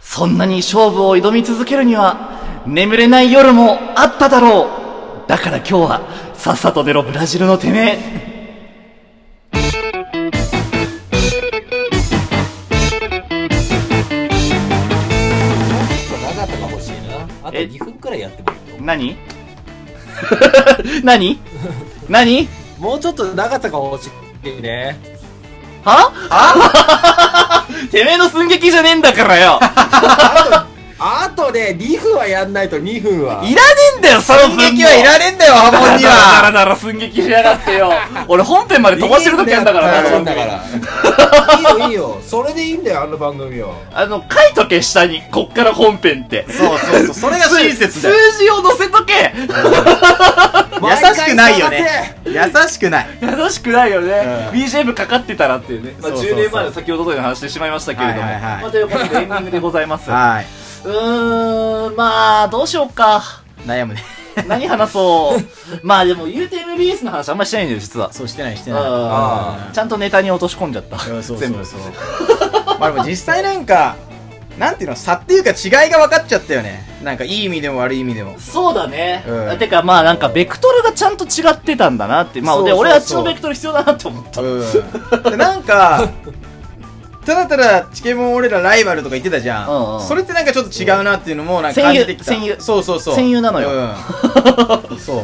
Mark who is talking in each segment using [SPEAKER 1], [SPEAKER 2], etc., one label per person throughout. [SPEAKER 1] そんなに勝負を挑み続けるには眠れない夜もあっただろうだから今日はさっさと出ろブラジルのてめえ
[SPEAKER 2] 長かったかもしれんなあと
[SPEAKER 1] え
[SPEAKER 2] 2分くらいやってもいいよ
[SPEAKER 1] 何何 何
[SPEAKER 2] もうちょっと長かったかもしれんね
[SPEAKER 1] はあ てめえの寸劇じゃねえんだから よ
[SPEAKER 2] あとね2分はやんないと2分はい
[SPEAKER 1] らねえんだよその
[SPEAKER 3] 寸劇はいらねえんだよ、波紋に
[SPEAKER 1] だら
[SPEAKER 3] は。
[SPEAKER 1] だら寸劇しやがってよ 俺本編ま で飛ばしてる時あんだから
[SPEAKER 2] いい
[SPEAKER 1] なん
[SPEAKER 2] だからいいよいいよそれでいいんだよあの番組は
[SPEAKER 1] あの書いとけ下にこっから本編って
[SPEAKER 3] そうそうそう、それが親切だよ。
[SPEAKER 1] 数字を載せとけ
[SPEAKER 3] 優しくないよね。優しくない。
[SPEAKER 1] 優しくないよね、
[SPEAKER 3] うん
[SPEAKER 1] BGM かかってたらっていうね、まあ、
[SPEAKER 3] そうそうそう
[SPEAKER 1] 10年前の先ほどとの話してしまいましたけれども、
[SPEAKER 3] はいはいはい
[SPEAKER 1] まあ、ということでエンディングでございますう
[SPEAKER 3] はい。
[SPEAKER 1] ーんまあどうしようか
[SPEAKER 3] 悩むね。
[SPEAKER 1] 何話そう まあでも言うて MBS の話あんまりしてないんだよ実は
[SPEAKER 3] そうしてない、してない。
[SPEAKER 1] あーちゃんとネタに落とし込んじゃった
[SPEAKER 3] うんそうそ
[SPEAKER 1] 全部
[SPEAKER 3] うそう。まあでも実際なんか、なんていうの、差っていうか違いが分かっちゃったよね。なんかいい意味でも悪い意味でも。
[SPEAKER 1] そうだね、
[SPEAKER 3] うん
[SPEAKER 1] てかまあなんかベクトルがちゃんと違ってたんだなってまあ
[SPEAKER 3] そうそう
[SPEAKER 1] で
[SPEAKER 3] そう
[SPEAKER 1] 俺はあっちのベクトル必要だなって思った
[SPEAKER 3] うん。でなんか、ただただ、チケモン俺らライバルとか言ってたじゃん。
[SPEAKER 1] うんうん
[SPEAKER 3] それってなんかちょっと違うなっていうのも、なんか感じてきた。
[SPEAKER 1] 戦友戦友
[SPEAKER 3] そうそうそう。
[SPEAKER 1] 戦友なのよ
[SPEAKER 3] うん。そう。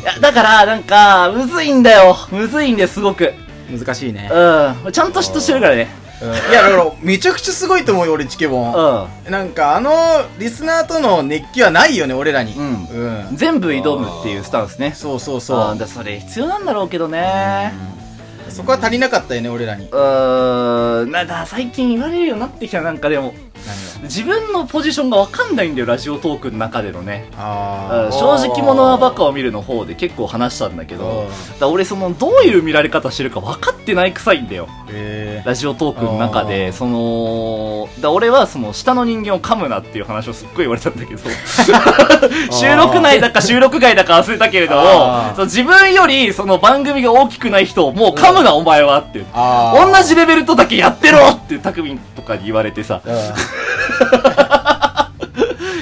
[SPEAKER 1] いやだからなんかむずいんだよむずいんですごく
[SPEAKER 3] 難しいね。
[SPEAKER 1] うんちゃんと嫉妬してるからね
[SPEAKER 3] うんいや、だから、めちゃくちゃすごいと思うよ、俺、チケボン。
[SPEAKER 1] う
[SPEAKER 3] なんか、あの、リスナーとの熱気はないよね、俺らに。
[SPEAKER 1] うん
[SPEAKER 3] うん
[SPEAKER 1] ん全部挑むっていうスタンスね
[SPEAKER 3] そうそう
[SPEAKER 1] そう
[SPEAKER 3] そ
[SPEAKER 1] だそれ必要なんだろうけどね
[SPEAKER 3] う。そこは足りなかったよね、俺らに。
[SPEAKER 1] うーんなんだ最近言われるようになってきたなんかでも自分のポジションがわかんないんだよラジオトークの中でのねうん
[SPEAKER 3] あ
[SPEAKER 1] 正直者はバカを見るの方で結構話したんだけ
[SPEAKER 3] う
[SPEAKER 1] ど
[SPEAKER 3] ん
[SPEAKER 1] だから俺そのどういう見られ方してるか分かってない臭いんだよ
[SPEAKER 3] あ。へえ。
[SPEAKER 1] ラジオトークの中
[SPEAKER 3] あ
[SPEAKER 1] で
[SPEAKER 3] ー
[SPEAKER 1] そのだ俺はその下の人間を噛むなっていう話をすっごい言われたんだけ ど収録内だか収録外だか忘れたけれど
[SPEAKER 3] あ
[SPEAKER 1] も
[SPEAKER 3] ー
[SPEAKER 1] その自分よりその番組が大きくない人をもう噛むなお前はっていう
[SPEAKER 3] あ
[SPEAKER 1] 同じレベルとだけやってろっていうタクミンとかに言われてさ
[SPEAKER 3] う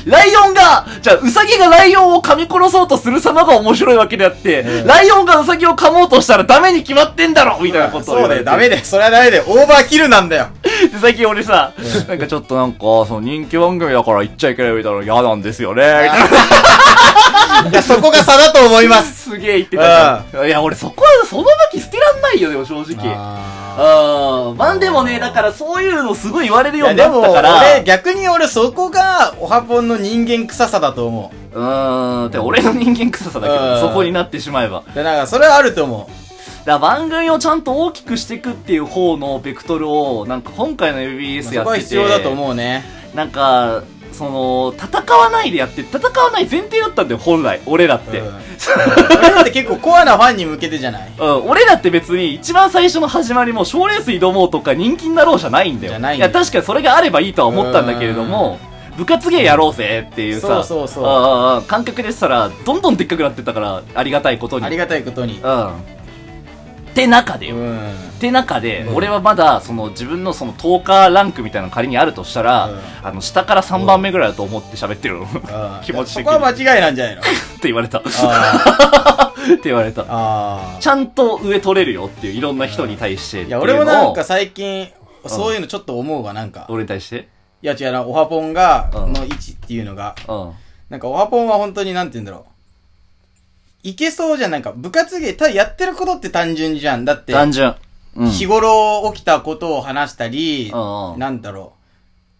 [SPEAKER 1] ライオンが、じゃあ、ウサギがライオンを噛み殺そうとする様が面白いわけであって、
[SPEAKER 3] うん。
[SPEAKER 1] ライオンがウサギを噛もうとしたらダメに決まってんだろみたいなんことを
[SPEAKER 3] そ
[SPEAKER 1] 言
[SPEAKER 3] う
[SPEAKER 1] わ
[SPEAKER 3] だ
[SPEAKER 1] れて。
[SPEAKER 3] よ、ダメだよ。それはダメだよ。オーバーキルなん だよ。
[SPEAKER 1] で最近俺さ、なんかちょっとなんか、その人気番組だから言っちゃいけないみたいなの嫌なんですよね、みたいな。
[SPEAKER 3] いや、そこが差だと思います。
[SPEAKER 1] すげえ言ってたじゃん。いや、俺そこは、その時捨てらんないよ、でも正直。
[SPEAKER 3] あ
[SPEAKER 1] うん。まあでもね、だからそういうのすごい言われる
[SPEAKER 3] ーい
[SPEAKER 1] よう
[SPEAKER 3] や
[SPEAKER 1] にな
[SPEAKER 3] で
[SPEAKER 1] っ
[SPEAKER 3] も
[SPEAKER 1] たから。
[SPEAKER 3] 俺逆に俺そこがおはぽんの人間臭さだと思
[SPEAKER 1] うーん。てか俺の人間臭さだけ
[SPEAKER 3] う
[SPEAKER 1] ど、
[SPEAKER 3] ん
[SPEAKER 1] そこになってしまえば。
[SPEAKER 3] うでなんかそれはあると思
[SPEAKER 1] だから番組をちゃんと大きくしていくっていう方のベクトルをなんか今回の
[SPEAKER 3] う
[SPEAKER 1] MBS
[SPEAKER 3] そ
[SPEAKER 1] や
[SPEAKER 3] こは
[SPEAKER 1] ってて
[SPEAKER 3] 必要だと思うね
[SPEAKER 1] なんかその戦わないでやって戦わない前提だったんだよ本来俺らって、
[SPEAKER 3] う
[SPEAKER 1] うん
[SPEAKER 3] ん俺だって結構コアなファンに向けてじゃない
[SPEAKER 1] 俺らって別に一番最初の始まりも賞レース挑もうとか人気になろうじゃないんだよ
[SPEAKER 3] じゃないんだ
[SPEAKER 1] や
[SPEAKER 3] よ
[SPEAKER 1] 確かにそれがあればいいとは思ったんだけれども部活芸やろうぜっていうさ
[SPEAKER 3] そうそうそう
[SPEAKER 1] ああ感覚でしたらどんどんでっかくなってったからありがたいことに
[SPEAKER 3] ありがたいことに
[SPEAKER 1] うんって中で
[SPEAKER 3] う
[SPEAKER 1] よ、
[SPEAKER 3] ん
[SPEAKER 1] って中で、俺はまだその自分のそのトーカーランクみたいなの仮にあるとしたら、
[SPEAKER 3] うん
[SPEAKER 1] あの下から3番目ぐらいだと思って喋ってるの、って
[SPEAKER 3] あー
[SPEAKER 1] 気持ち的に
[SPEAKER 3] そこは間違いなんじゃないの
[SPEAKER 1] 言われた って
[SPEAKER 3] あー
[SPEAKER 1] 言われた
[SPEAKER 3] あ
[SPEAKER 1] ちゃんと上取れるよっていういろんな人に対して
[SPEAKER 3] ーいや俺もなんか
[SPEAKER 1] って
[SPEAKER 3] 最近そういうのちょっと思うわなんか
[SPEAKER 1] いうのを俺に対して
[SPEAKER 3] いや違うなおはぽんが
[SPEAKER 1] うん
[SPEAKER 3] の位置っていうのが
[SPEAKER 1] うん
[SPEAKER 3] なんかおはぽんは本当になんて言うんだろういけそうじゃんなんか部活芸ただやってることって単純じゃんだって
[SPEAKER 1] 単純うん
[SPEAKER 3] 日頃起きたことを話したり、
[SPEAKER 1] うんうん
[SPEAKER 3] なんだろ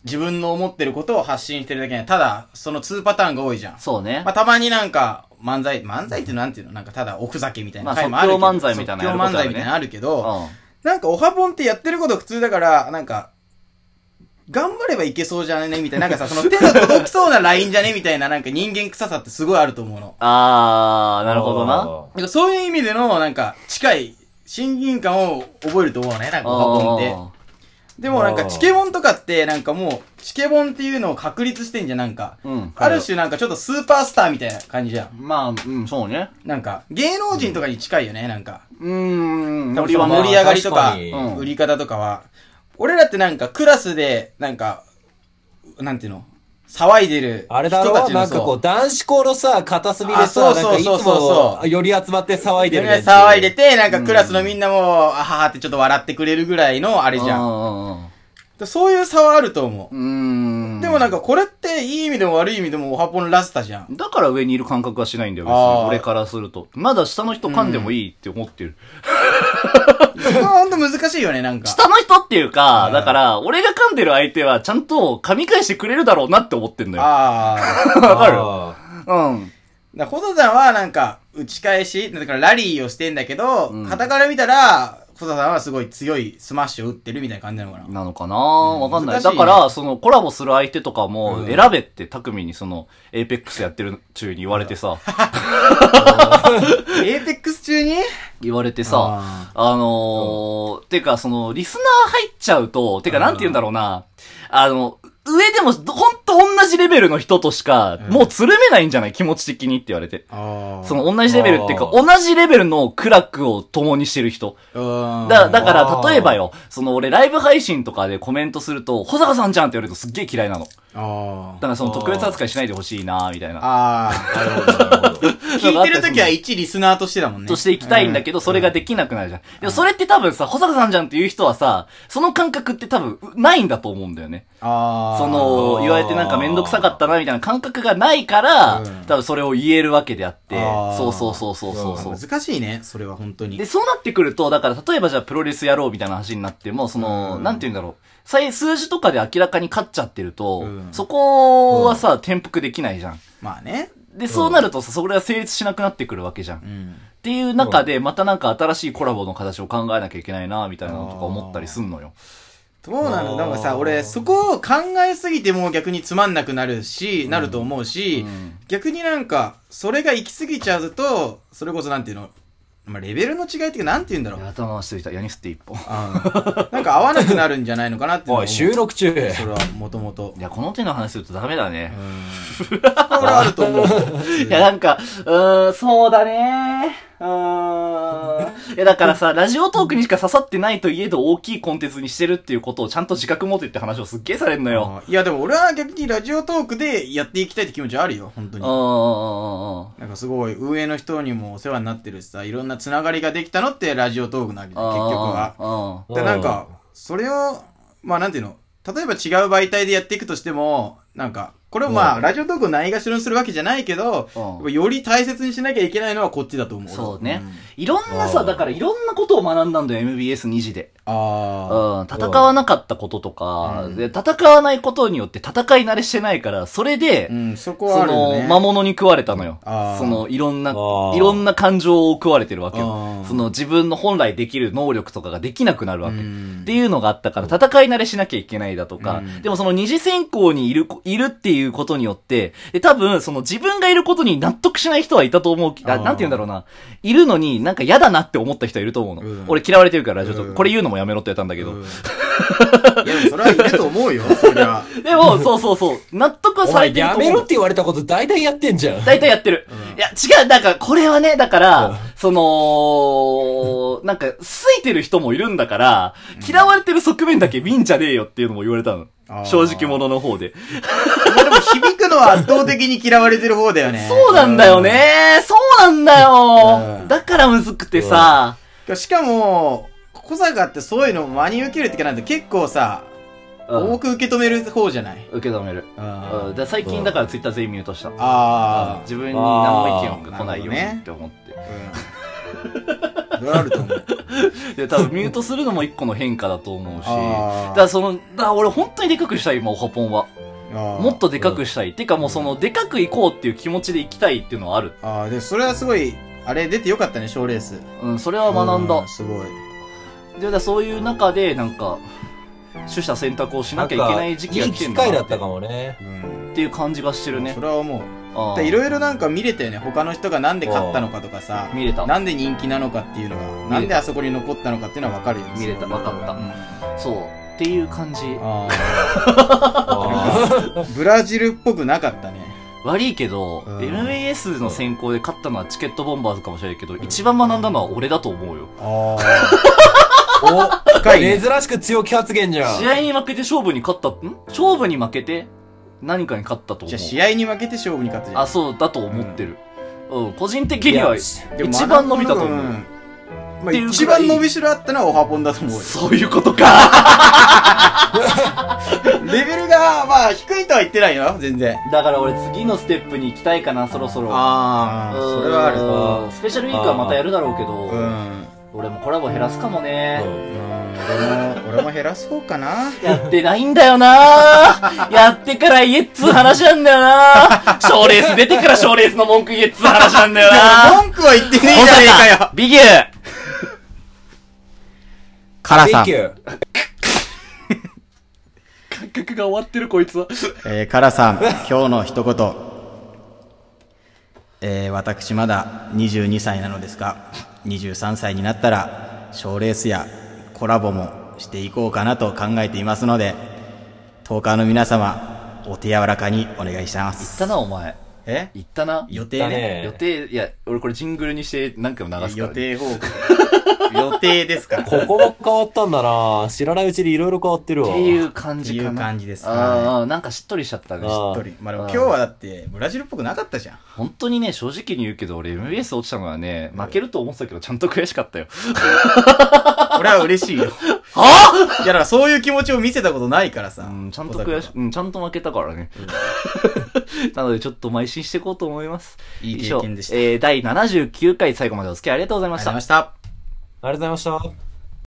[SPEAKER 3] う。自分の思ってることを発信してるだけで、ただ、その2パターンが多いじゃん。
[SPEAKER 1] そうね、
[SPEAKER 3] まあ、たまになんか、漫才、漫才ってなんていうのなんかただおふざけみたい
[SPEAKER 1] ま
[SPEAKER 3] な
[SPEAKER 1] あ
[SPEAKER 3] 回もあるけ
[SPEAKER 1] 即
[SPEAKER 3] ど。
[SPEAKER 1] 興漫才みたいなのやる
[SPEAKER 3] 即
[SPEAKER 1] こと
[SPEAKER 3] 興漫
[SPEAKER 1] あ
[SPEAKER 3] 才
[SPEAKER 1] るね
[SPEAKER 3] みたいなのあるけ
[SPEAKER 1] う
[SPEAKER 3] ど、
[SPEAKER 1] ん
[SPEAKER 3] なんかオハポンってやってること普通だから、なんか、頑張ればいけそうじゃねみたいな。なんかさ、その手が届きそうなラインじゃねみたいな、なんか人間臭さってすごいあると思うの。
[SPEAKER 1] あーなるほどな
[SPEAKER 3] なんかそういう意味での、なんか、近い、親近感を覚えると思うね、なんかオハポンって。でもなんか
[SPEAKER 2] あー
[SPEAKER 3] チケボンとかってなんかもうチケボンっていうのを確立してんじゃんなんか、
[SPEAKER 1] うん
[SPEAKER 3] ある種なんかちょっとスーパースターみたいな感じじゃん
[SPEAKER 1] まあうんそうね
[SPEAKER 3] なんか芸能人とかに近いよねなんか
[SPEAKER 1] うーん
[SPEAKER 3] 多分
[SPEAKER 1] 森は
[SPEAKER 3] その
[SPEAKER 1] 森
[SPEAKER 3] 盛り上がりと
[SPEAKER 2] まあ
[SPEAKER 3] か
[SPEAKER 2] 確
[SPEAKER 1] かに
[SPEAKER 3] 売り方とかは俺らってなんかクラスでなんかなんていうの騒いでる
[SPEAKER 4] あれ
[SPEAKER 3] 人
[SPEAKER 4] だ
[SPEAKER 3] た
[SPEAKER 4] ろ
[SPEAKER 3] ちの
[SPEAKER 4] なんかこう、男子校のさ、片隅で
[SPEAKER 3] あそ
[SPEAKER 4] さ、な
[SPEAKER 3] う
[SPEAKER 4] ん
[SPEAKER 3] そう
[SPEAKER 4] かいつ
[SPEAKER 3] そうそう
[SPEAKER 4] も
[SPEAKER 3] そ、う
[SPEAKER 4] 寄り集まって騒いで
[SPEAKER 3] と
[SPEAKER 4] る
[SPEAKER 3] りあ
[SPEAKER 4] や
[SPEAKER 3] え
[SPEAKER 4] つ。
[SPEAKER 3] ず騒いでて、なんかクラスのみんなも、あははってちょっと笑ってくれるぐらいのあれじゃん。
[SPEAKER 1] ん。
[SPEAKER 3] そういう差はあると思
[SPEAKER 1] うー
[SPEAKER 3] う。
[SPEAKER 1] ん。
[SPEAKER 3] でもなんかこれっていい意味でも悪い意味でもおはぽんらしさじゃん。
[SPEAKER 1] だから上にいる感覚はしないんだよ、別
[SPEAKER 3] あー
[SPEAKER 1] に。俺からすると。まだ下の人噛んでもいいって思ってる。
[SPEAKER 3] そこはほんと難しいよね、なんか。
[SPEAKER 1] 下の人っていう
[SPEAKER 3] あ
[SPEAKER 1] か、
[SPEAKER 3] ー
[SPEAKER 1] だから、俺が噛んでる相手はちゃんと噛み返してくれるだろうなって思ってんのよ。
[SPEAKER 3] あ あ。
[SPEAKER 1] わかる
[SPEAKER 4] あ
[SPEAKER 1] うん。
[SPEAKER 3] だから細田さんはなんか、打ち返し、だからラリーをしてんだけど、
[SPEAKER 1] うん
[SPEAKER 3] 傍から見たら、細田さんはすごい強いスマッシュを打ってるみたいな感じなのかな。
[SPEAKER 1] なのかなわかんない。
[SPEAKER 3] 難しい
[SPEAKER 1] だ
[SPEAKER 3] ね
[SPEAKER 1] から、その、コラボする相手とかも、
[SPEAKER 3] うん
[SPEAKER 1] 選べって、匠にその、エイペックスやってる中に言われてさ、
[SPEAKER 3] エーペックス中に
[SPEAKER 1] 言われてさ、あのー、てか、その、リスナー入っちゃうと、てか、なんて言うんだろうな、あの、上でも、ほんと同じレベルの人としか、もうつるめないんじゃない気持ち的にって言われて。
[SPEAKER 3] あ
[SPEAKER 1] その、同じレベルっていうか、
[SPEAKER 4] あ
[SPEAKER 1] 同じレベルの苦楽を共にしてる人。
[SPEAKER 3] の
[SPEAKER 1] だ、だか
[SPEAKER 4] あ
[SPEAKER 1] ら、
[SPEAKER 4] ー
[SPEAKER 1] 例えばよ、その俺ライブ配信とかでコメントすると、保坂さんじゃんって言われるとすっげえ嫌いなの。だ
[SPEAKER 3] あ
[SPEAKER 1] からその特別扱いしないでほしいなみたいな。
[SPEAKER 3] あ
[SPEAKER 4] あ。なるほど、なるほど。
[SPEAKER 3] ー。聞いてるときは一リスナーとしてだもんね。
[SPEAKER 1] としていきたいんだけど、それができなくなるじゃん。でもそれって多分さ、保坂さんじゃんっていう人はさ、その感覚って多分うないんだと思うんだよね。
[SPEAKER 3] ああ。
[SPEAKER 1] その、言われてなんかめんどくさかったなみたいな感覚がないから
[SPEAKER 3] うん、
[SPEAKER 1] 多分それを言えるわけであって
[SPEAKER 3] あ、ー
[SPEAKER 1] そうそうそうそうそうそう。
[SPEAKER 3] 難しいね、それは本当に。
[SPEAKER 1] で、そうなってくると、だから、例えばじゃあプロレスやろうみたいな話になっても、その、
[SPEAKER 3] うん
[SPEAKER 1] なんて言うんだろう。さい数字とかで明らかに勝っちゃってると、
[SPEAKER 3] うん
[SPEAKER 1] そこはさ、転覆できないじゃん。
[SPEAKER 3] まあね。
[SPEAKER 1] で、そうなるとさ、それは成立しなくなってくるわけじゃん。
[SPEAKER 3] う
[SPEAKER 1] っ
[SPEAKER 3] ん。
[SPEAKER 1] ていう中で、またなんか新しいコラボの形を考えなきゃいけないな、みたいなのとか思ったりすんのよ。
[SPEAKER 3] どうなの
[SPEAKER 4] あー
[SPEAKER 3] なんかさ、俺、そこを考えすぎてもう逆につまんなくなるし、なると思うし、
[SPEAKER 1] うん
[SPEAKER 3] 逆になんか、それが行き過ぎちゃうと、それこそなんていうの、まあ、レベルの違いっていうか、なんていうんだろう。
[SPEAKER 1] 頭回していた、ヤニスって一本。
[SPEAKER 3] あーなんか合わなくなるんじゃないのかなっていうのは
[SPEAKER 4] おい、収録中。
[SPEAKER 3] それはもともと
[SPEAKER 1] い。や、この手の話するとダメだね。
[SPEAKER 3] これはあると思う。
[SPEAKER 1] いや、なんか、うーん、そうだねうーん。いや、だからさ、ラジオトークにしか刺さってないといえど大きいコンテンツにしてるっていうことをちゃんと自覚持てって話をすっげえされるのよ。
[SPEAKER 3] あーいや、でも俺は逆にラジオトークでやっていきたいって気持ちはあるよ、本当
[SPEAKER 1] うん
[SPEAKER 3] に
[SPEAKER 1] う。んうんうん。
[SPEAKER 3] なんかすごい、運営の人にもお世話になってるしさ、いろんなつながりができたのってラジオトークなわけで、結局は。
[SPEAKER 1] は。
[SPEAKER 4] うん
[SPEAKER 3] で、なんか、それを、まあなんていうの、例えば違う媒体でやっていくとしても、なんか、これをまあ、
[SPEAKER 4] うん
[SPEAKER 3] ラジオトークをないがしろにするわけじゃないけど、
[SPEAKER 1] うん
[SPEAKER 3] やっぱより大切にしなきゃいけないのはこっちだと思う。
[SPEAKER 1] そうね
[SPEAKER 3] ん。
[SPEAKER 1] いろんなさ、
[SPEAKER 4] うん
[SPEAKER 1] だからいろんなことを学んだんだよ、MBS2 時で。う
[SPEAKER 3] あ
[SPEAKER 1] ん、
[SPEAKER 3] あ。
[SPEAKER 1] 戦わなかったこととか
[SPEAKER 3] う、ん
[SPEAKER 1] で戦わないことによって戦い慣れしてないから、それで
[SPEAKER 3] う、ん、そこは
[SPEAKER 1] そ
[SPEAKER 3] あるよ
[SPEAKER 1] の、
[SPEAKER 3] ね。
[SPEAKER 1] 魔物に食われたのよ。
[SPEAKER 3] あー
[SPEAKER 1] その、いろんな、い
[SPEAKER 4] あー
[SPEAKER 1] ろんな感情を食われてるわけよ
[SPEAKER 3] あ。ー
[SPEAKER 1] その、自分の本来できる能力とかができなくなるわけ。
[SPEAKER 3] うん
[SPEAKER 1] っていうのがあったから、戦い慣れしなきゃいけないだとか、
[SPEAKER 3] うん
[SPEAKER 1] でもその二次選考にいる、いるっていうことによって、で、多分、その自分がいることに納得しない人はいたと思うき、あ、
[SPEAKER 3] あー
[SPEAKER 1] なんて言うんだろうな。いるのになんか嫌だなって思った人はいると思うの。
[SPEAKER 3] うん
[SPEAKER 1] 俺嫌われてるから、ちょっと、
[SPEAKER 3] うん
[SPEAKER 1] これ言うのもやめろってやったんだけど。
[SPEAKER 3] うんいや、でもそれはいると思う よ、そりゃ。
[SPEAKER 1] でも、そうそうそう、納得は
[SPEAKER 4] お
[SPEAKER 1] され
[SPEAKER 4] 前、
[SPEAKER 1] てると思
[SPEAKER 4] や
[SPEAKER 1] う。
[SPEAKER 4] めろって言われたこと大体やってんじゃん。
[SPEAKER 1] 大体やってる。いや、違う、だから、これはね、だから、その、なんか、ついてる人もいるんだから、嫌われてる側面だけ見んじゃねえよっていうのも言われたの
[SPEAKER 3] あ。ー
[SPEAKER 1] 正直者の方で。
[SPEAKER 3] まあでも響くのは圧倒的に嫌われてる方だよね。
[SPEAKER 1] そうなんだよね。そうなんだ
[SPEAKER 3] う
[SPEAKER 1] よ。
[SPEAKER 3] ん
[SPEAKER 1] だからむずくてさ。
[SPEAKER 3] うん。しかも、小坂ってそういうのを真に受けるってかなんて結構さ、
[SPEAKER 1] うん
[SPEAKER 3] 多く受け止める方じゃない。
[SPEAKER 1] 受け止める。
[SPEAKER 3] あ
[SPEAKER 1] うんだ最近だからツイッター全員ミュートしたの。
[SPEAKER 3] あ
[SPEAKER 1] 自分に何も意見が来ないように
[SPEAKER 3] あー
[SPEAKER 1] って思って。
[SPEAKER 3] ー。うん。あると思う。
[SPEAKER 1] で、多分ミュートするのも一個の変化だと思うし。だ
[SPEAKER 3] あー
[SPEAKER 1] からその、だから俺本当にでかくしたい、今、オハポンは。も
[SPEAKER 3] も
[SPEAKER 1] っ。とでかくしたい。てかもうその、でかく行こうっていう気持ちで行きたいっていうのはある。
[SPEAKER 3] ああ、で、それはすごい、あれ出てよかったね、賞ーレース。
[SPEAKER 1] うん、それは学んだ
[SPEAKER 3] う。すごい。
[SPEAKER 1] で、だからそういう中で、なんか、取捨選択をしなきゃいけない時期が
[SPEAKER 4] いい
[SPEAKER 1] 来て
[SPEAKER 4] 機
[SPEAKER 1] んだ
[SPEAKER 4] 会だ
[SPEAKER 1] な
[SPEAKER 4] ったかもね。
[SPEAKER 3] うん。
[SPEAKER 1] っていう感じがしてるね
[SPEAKER 3] そ。れはもう。
[SPEAKER 1] あー
[SPEAKER 3] いろいろなんか見れたよね。他の人がなんで勝ったのかとかさ。
[SPEAKER 1] 見れた
[SPEAKER 3] なんで人気なのかっていうのが。なんであそこに残ったのかっていうのはわかるよね。
[SPEAKER 1] 見れた
[SPEAKER 3] すごい
[SPEAKER 1] わかった
[SPEAKER 3] うん
[SPEAKER 1] そう。っていう感じ。
[SPEAKER 3] あ
[SPEAKER 4] あー
[SPEAKER 3] ーブラジルっぽくなかったね。
[SPEAKER 1] 悪いけど、
[SPEAKER 3] うん
[SPEAKER 1] MBS の選考で勝ったのはチケットボンバーズかもしれないけど、一番学んだのは俺だと思うよ。
[SPEAKER 3] あ
[SPEAKER 4] お
[SPEAKER 3] あ。深いね。
[SPEAKER 4] 珍しく強気発言じゃん。
[SPEAKER 1] 試合に負けて勝負に勝った、ん勝負に負けて何かに勝ったと思う。
[SPEAKER 3] じゃあ試合に負けて勝負に勝ったじゃん。
[SPEAKER 1] あ、そうだと思ってる。うん、個人的には、
[SPEAKER 3] でも
[SPEAKER 1] 一番伸びたと思う。
[SPEAKER 3] んま
[SPEAKER 1] っ
[SPEAKER 3] あ、
[SPEAKER 1] ていうぐらい
[SPEAKER 3] 一番伸びしろあったのはオハポンだと思うよ。
[SPEAKER 1] そういうこと か。
[SPEAKER 3] レベルが、まあ、低いとは言ってないよ、全然。
[SPEAKER 1] だから俺次のステップに行きたいかな、そろそろ。
[SPEAKER 3] あ
[SPEAKER 1] うん
[SPEAKER 3] あ、それはある。
[SPEAKER 1] うんスペシャルウィークはまたやるだろうけど、
[SPEAKER 3] うん。
[SPEAKER 1] 俺もコラボ減らすかもね。
[SPEAKER 3] うん、俺も、俺も減らそうか な。
[SPEAKER 1] やってないんだよ なやってから言えっつう話なんだよな賞レース出てから賞レースの文句言えっつう話なんだよな
[SPEAKER 3] 文句は言ってねえ
[SPEAKER 1] 保
[SPEAKER 3] じゃねえ
[SPEAKER 1] 坂
[SPEAKER 3] かよ。
[SPEAKER 1] ビギュー
[SPEAKER 3] カラさん。
[SPEAKER 4] you.
[SPEAKER 1] 感覚が終わってるこいつは。
[SPEAKER 3] えー、カラさん、今日の一言。えー、私まだ22歳なのですが、23歳になったら、賞レースやコラボもしていこうかなと考えていますので、10日の皆様、お手柔らかにお願いしま
[SPEAKER 1] 言っ
[SPEAKER 3] す。
[SPEAKER 1] たな、お前。
[SPEAKER 3] え
[SPEAKER 1] 言ったな。
[SPEAKER 3] 予定ね。
[SPEAKER 1] 予定、いや、俺これジングルにして何回も流すから、
[SPEAKER 3] 予定 報告。予定ですから。
[SPEAKER 4] ここが変わったんだな知らないうちにいろいろ変わってる
[SPEAKER 1] っ
[SPEAKER 4] わ。
[SPEAKER 1] ていう感じかな。
[SPEAKER 3] っていう感じですかね
[SPEAKER 1] ああ、なんかしっとりしちゃったね。
[SPEAKER 4] あー
[SPEAKER 3] とりまあでも今日はだって、ブラジルっぽくなかったじゃん。
[SPEAKER 1] 本当にね、正直に言うけど、俺 MBS 落ちたのはね、負けると思ってたけど、ちゃんと悔しか ったよ。
[SPEAKER 3] 俺は嬉しいよ。
[SPEAKER 1] はい
[SPEAKER 3] や、だからそういう気持ちを見せたことないからさ。
[SPEAKER 1] うん、ちゃんと悔し
[SPEAKER 3] 小、
[SPEAKER 1] うん、ちゃんと負けたからね。 なので、ちょっと邁進していこうと思います。
[SPEAKER 3] いい経験でした
[SPEAKER 1] 以上えー、第79回最後までお付き合いありがとうございました
[SPEAKER 3] 坂ありがとうございま。した。
[SPEAKER 4] ありがとうございました。